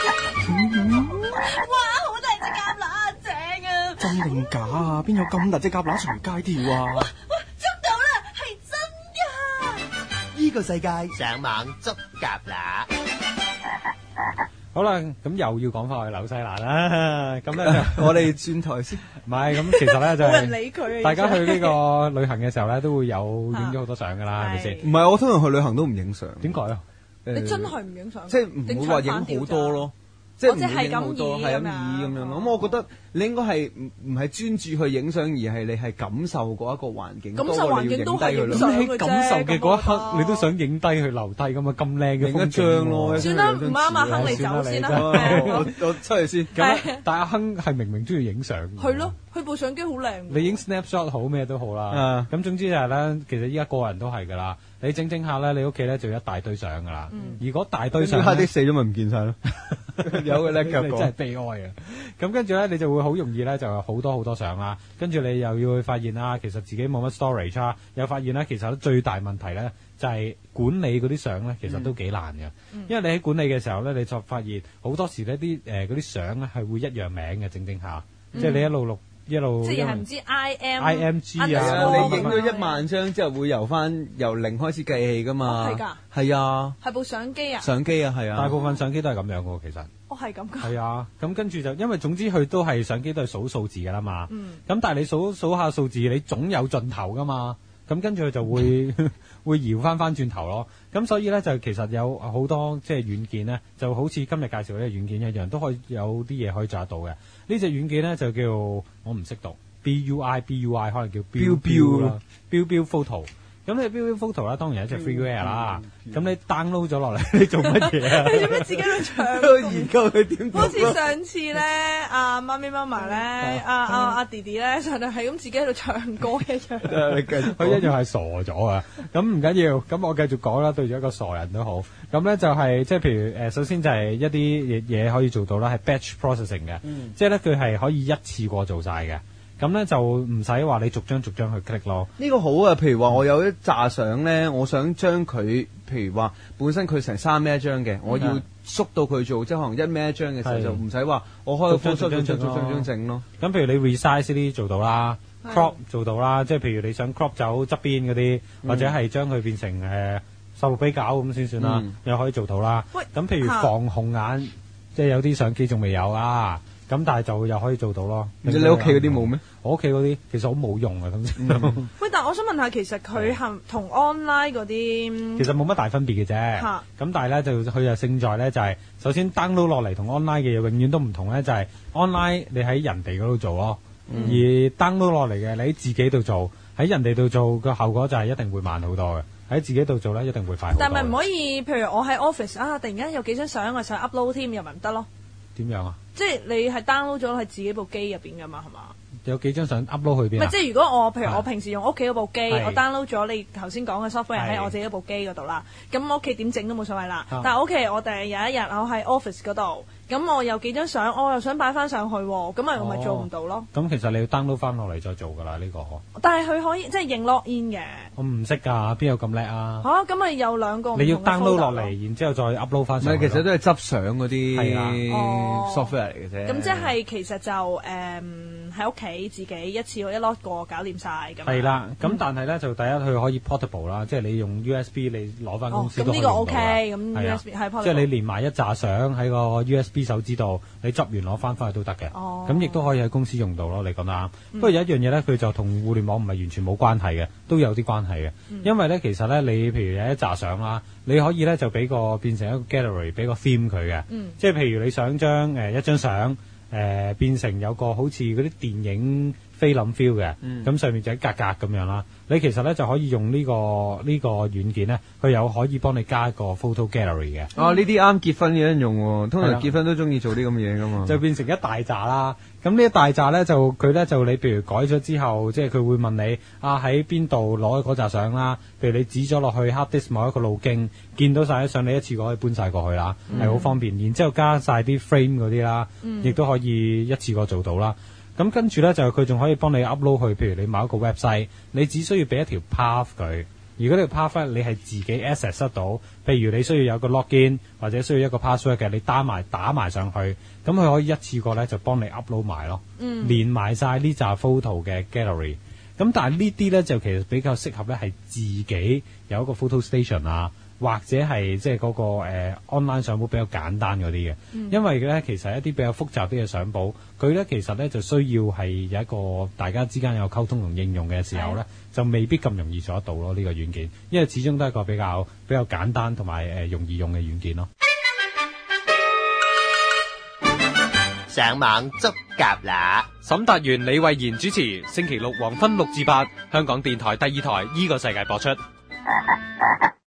哇，好大隻蛤乸，正啊！真定假啊？邊有咁大隻蛤乸隨街跳啊？哇，捉到啦，係真㗎！呢個世界上網捉蛤乸。好啦，咁又要講翻我哋紐西蘭啦， 咁咧 就。我哋轉台先。唔係，咁其實咧就冇人係理佢啊！大家去呢個旅行嘅時候咧，都會有影咗好多相噶 啦，係咪係唔先？係，我通常去旅行都唔影相。點解啊？你真誒係唔影相，即係唔會話影好多。咯，即係唔會影好多，哦即係係咁咁以以咁咁樣樣咯。咁我覺得你應該係唔唔係專注去影相，而係你係感受嗰一個環境，感受多過你要環境都影低係佢咯咁你相嘅喺啫感受嘅嗰一刻咁，我覺得你都想影低去留低咁啊，咁靚嘅影風一景張咯喎。算啦，唔啱啊，亨利走先算啦。哦啊 我我出去先。啊咁啊咧，但阿亨係明明中意影相㗎喎係咯，佢部相機好靚㗎。你影 snapshot 好咩都好啦啊，咁、總之就係咧，其實依家個人都係噶啦，你整整下咧，你屋企咧就有一大堆相噶啦，而嗰大堆相跟呢住黑啲死咗咪唔見晒 咯，有嘅咧腳你真係講。悲哀啊！咁跟住咧，你就會好容易咧，就有好多好多相啦。跟住你又要去發現啦，其實自己冇乜 storage 啊，又發現咧，其實最大問題咧就係、管理嗰啲相咧，其嗯實都幾難嘅。因為你喺管理嘅時候咧，你就發現好多時呢啲誒嗰啲相咧係會一樣名嘅，整整下，即係你一路錄一路嗯即係因又為係唔知 I M IMG 啊係啊，你影咗咗一萬張之後會由翻由零開始計起噶嘛？哦係㗎係啊，係部相機啊？相機啊，係大啊。部分相機都係咁樣嘅喎，其實。哦，係咁㗎。係啊，咁跟住就因為總之佢都係相機都係數數字噶啦嘛。咁、嗯但係你數數下數字，你總有盡頭噶嘛。咁跟住佢就會 會搖翻翻轉頭咯。咁所以咧就其實有好多即係軟件咧，就好似今日介紹呢個軟件一樣，都可以有啲嘢可以做得到嘅。呢隻軟件咧就叫我唔識讀 B U I B U I，可能叫標 Bill 標啦，標標 photo。咁你標標 photo 啦，當然係一隻 freeware 啦。咁你 download 咗落嚟，你做乜嘢啊？你做咩自己喺度唱都研究佢點讀好似咯上次咧，阿媽咪媽咪咧，阿阿阿啊弟弟咧，上嚟係咁自己喺度唱歌一樣。誒呃你繼 續佢一樣係傻咗啊！咁唔緊要，咁我繼續講啦，對住一個傻人都好。咁咧就係、即係譬如誒、呃首先就係一啲嘢嘢可以做到啦，係 batch processing 嘅，即係咧佢係可以一次過做晒嘅。咁咧就唔使話你逐張逐張去 click 咯。呢個好啊，譬如話我有一扎相咧，我想將佢，譬如話本身佢成三咩一張嘅，我要嗯縮到佢做即係可能一咩一張嘅時候，係就唔使話我開個 p 逐 h 張 o 逐張張逐整咯張整咯。咁譬如你 resize 呢啲做到啦，crop 做到啦，即係譬如你想 crop 走側邊嗰啲，嗯或者係將佢變成誒、呃、十六比九咁先算啦嗯，又可以做到啦喂。咁譬如嚇防紅眼，即係有啲相機仲未有啊，咁但係就又可以做到咯。你你屋企嗰啲冇咩？嗯我屋企嗰啲其實好冇用啊，咁就喂，但我想問下，其實佢係同 online 嗰其啲實冇乜大分別嘅啫。咁嚇但係咧就佢就勝在咧就係、首先 download 落嚟同 online 嘅嘢永遠都唔同咧，就係、online 你喺人哋嗰度做咯，而 download 落嚟嘅你喺自己度做，喺人哋度做個效果就係一定會慢好多嘅，喺自己度做咧一定會快好多但嘅。係咪唔可以？譬如我喺 office 啊，突然間有幾張相我想 upload 添，又咪唔得咯？點樣啊？即係你係 download 咗喺自己部機入邊噶嘛，係嘛？有幾張相 upload 去唔邊啊係即？係如果我譬係如我平時用屋企嗰部機，係我 download 咗你頭先講嘅 software 係喺我自己嗰部機嗰度啦，咁我屋企點整都冇所謂啦啊。但係 OK，我第日有一日我喺 office 嗰度，咁我有幾張相，我又想擺翻上去喎，咁咪我咪做唔到咯。咁其實你要 download 翻落嚟再做㗎啦，呢、個但係佢可以即係認 login 嘅，我唔識㗎，邊有咁叻啊？嚇咁咪有兩個唔同嘅你要 download folder 落咯。嚟，然之後再 upload 翻唔上係，去咯。其實都係執相嗰係啊啲哦 software 嚟嘅啫。咁即係其實就誒喺屋企自己一次過一 load 過搞掂晒咁。嗯係。啦，咁但係咧就第一佢可以 portable 啦，即係你用 USB 你攞翻公司哦咁都可以呢個用到啦 OK，咁係啊 USB 係 portable 即係你連埋一紮相喺個 USB 手指度，你執完攞翻翻去都得嘅。哦咁亦都可以喺公司用到咯，你講得啱。不過有一樣嘢咧，佢就同互聯網唔係完全冇關係嘅，都有啲關係嘅。因為咧其實咧你譬如有一紮相啦，你可以咧就俾個變成一個 gallery，俾個 theme 佢嘅。嗯即係譬如你想將誒一張相誒變成有個好似嗰啲電影菲林 feel 嘅，咁、上面就一格格咁樣啦。你其實咧就可以用呢、個呢、個軟件咧，佢有可以幫你加一個 photo gallery 嘅。啊，呢啲啱結婚嘅人用喎，通係啊常結婚都中意做啲咁嘅嘢噶嘛。就變成一大扎啦。咁呢一大扎咧，就佢咧就你譬如改咗之後，即係佢會問你啊喺邊度攞嗰扎相啦。譬如你指咗落去 hard disk 某一個路徑，見到晒啲相，你一次過可以搬晒過去啦，係好、方便。然之後加晒啲 frame 嗰啲啦，亦都、可以一次過做到啦。咁跟住咧就佢仲可以幫你 upload 去，譬如你某一個 website，你只需要俾一條 path 佢。如果你個 part 你係自己 access 得到，譬如你需要有個 login 或者需要一個 password 嘅，你打埋打埋上去，咁佢可以一次過咧就幫你 upload 埋咯，嗯、連埋晒呢扎 photo 嘅 gallery。咁但係呢啲咧就其實比較適合咧係自己有一個 photo station 啊，或者係即係嗰個、呃、online 相簿比較簡單嗰啲嘅，因為咧其實一啲比較複雜啲嘅相簿，佢咧其實咧就需要係有一個大家之間有溝通同應用嘅時候咧，就未必咁容易做得到咯呢、個軟件，因為始終都係一個比較比較簡單同埋誒容易用嘅軟件咯。上網捉蛤乸。沈達元、李慧賢主持，星期六黃昏六至八，香港電台第二台依、個世界播出。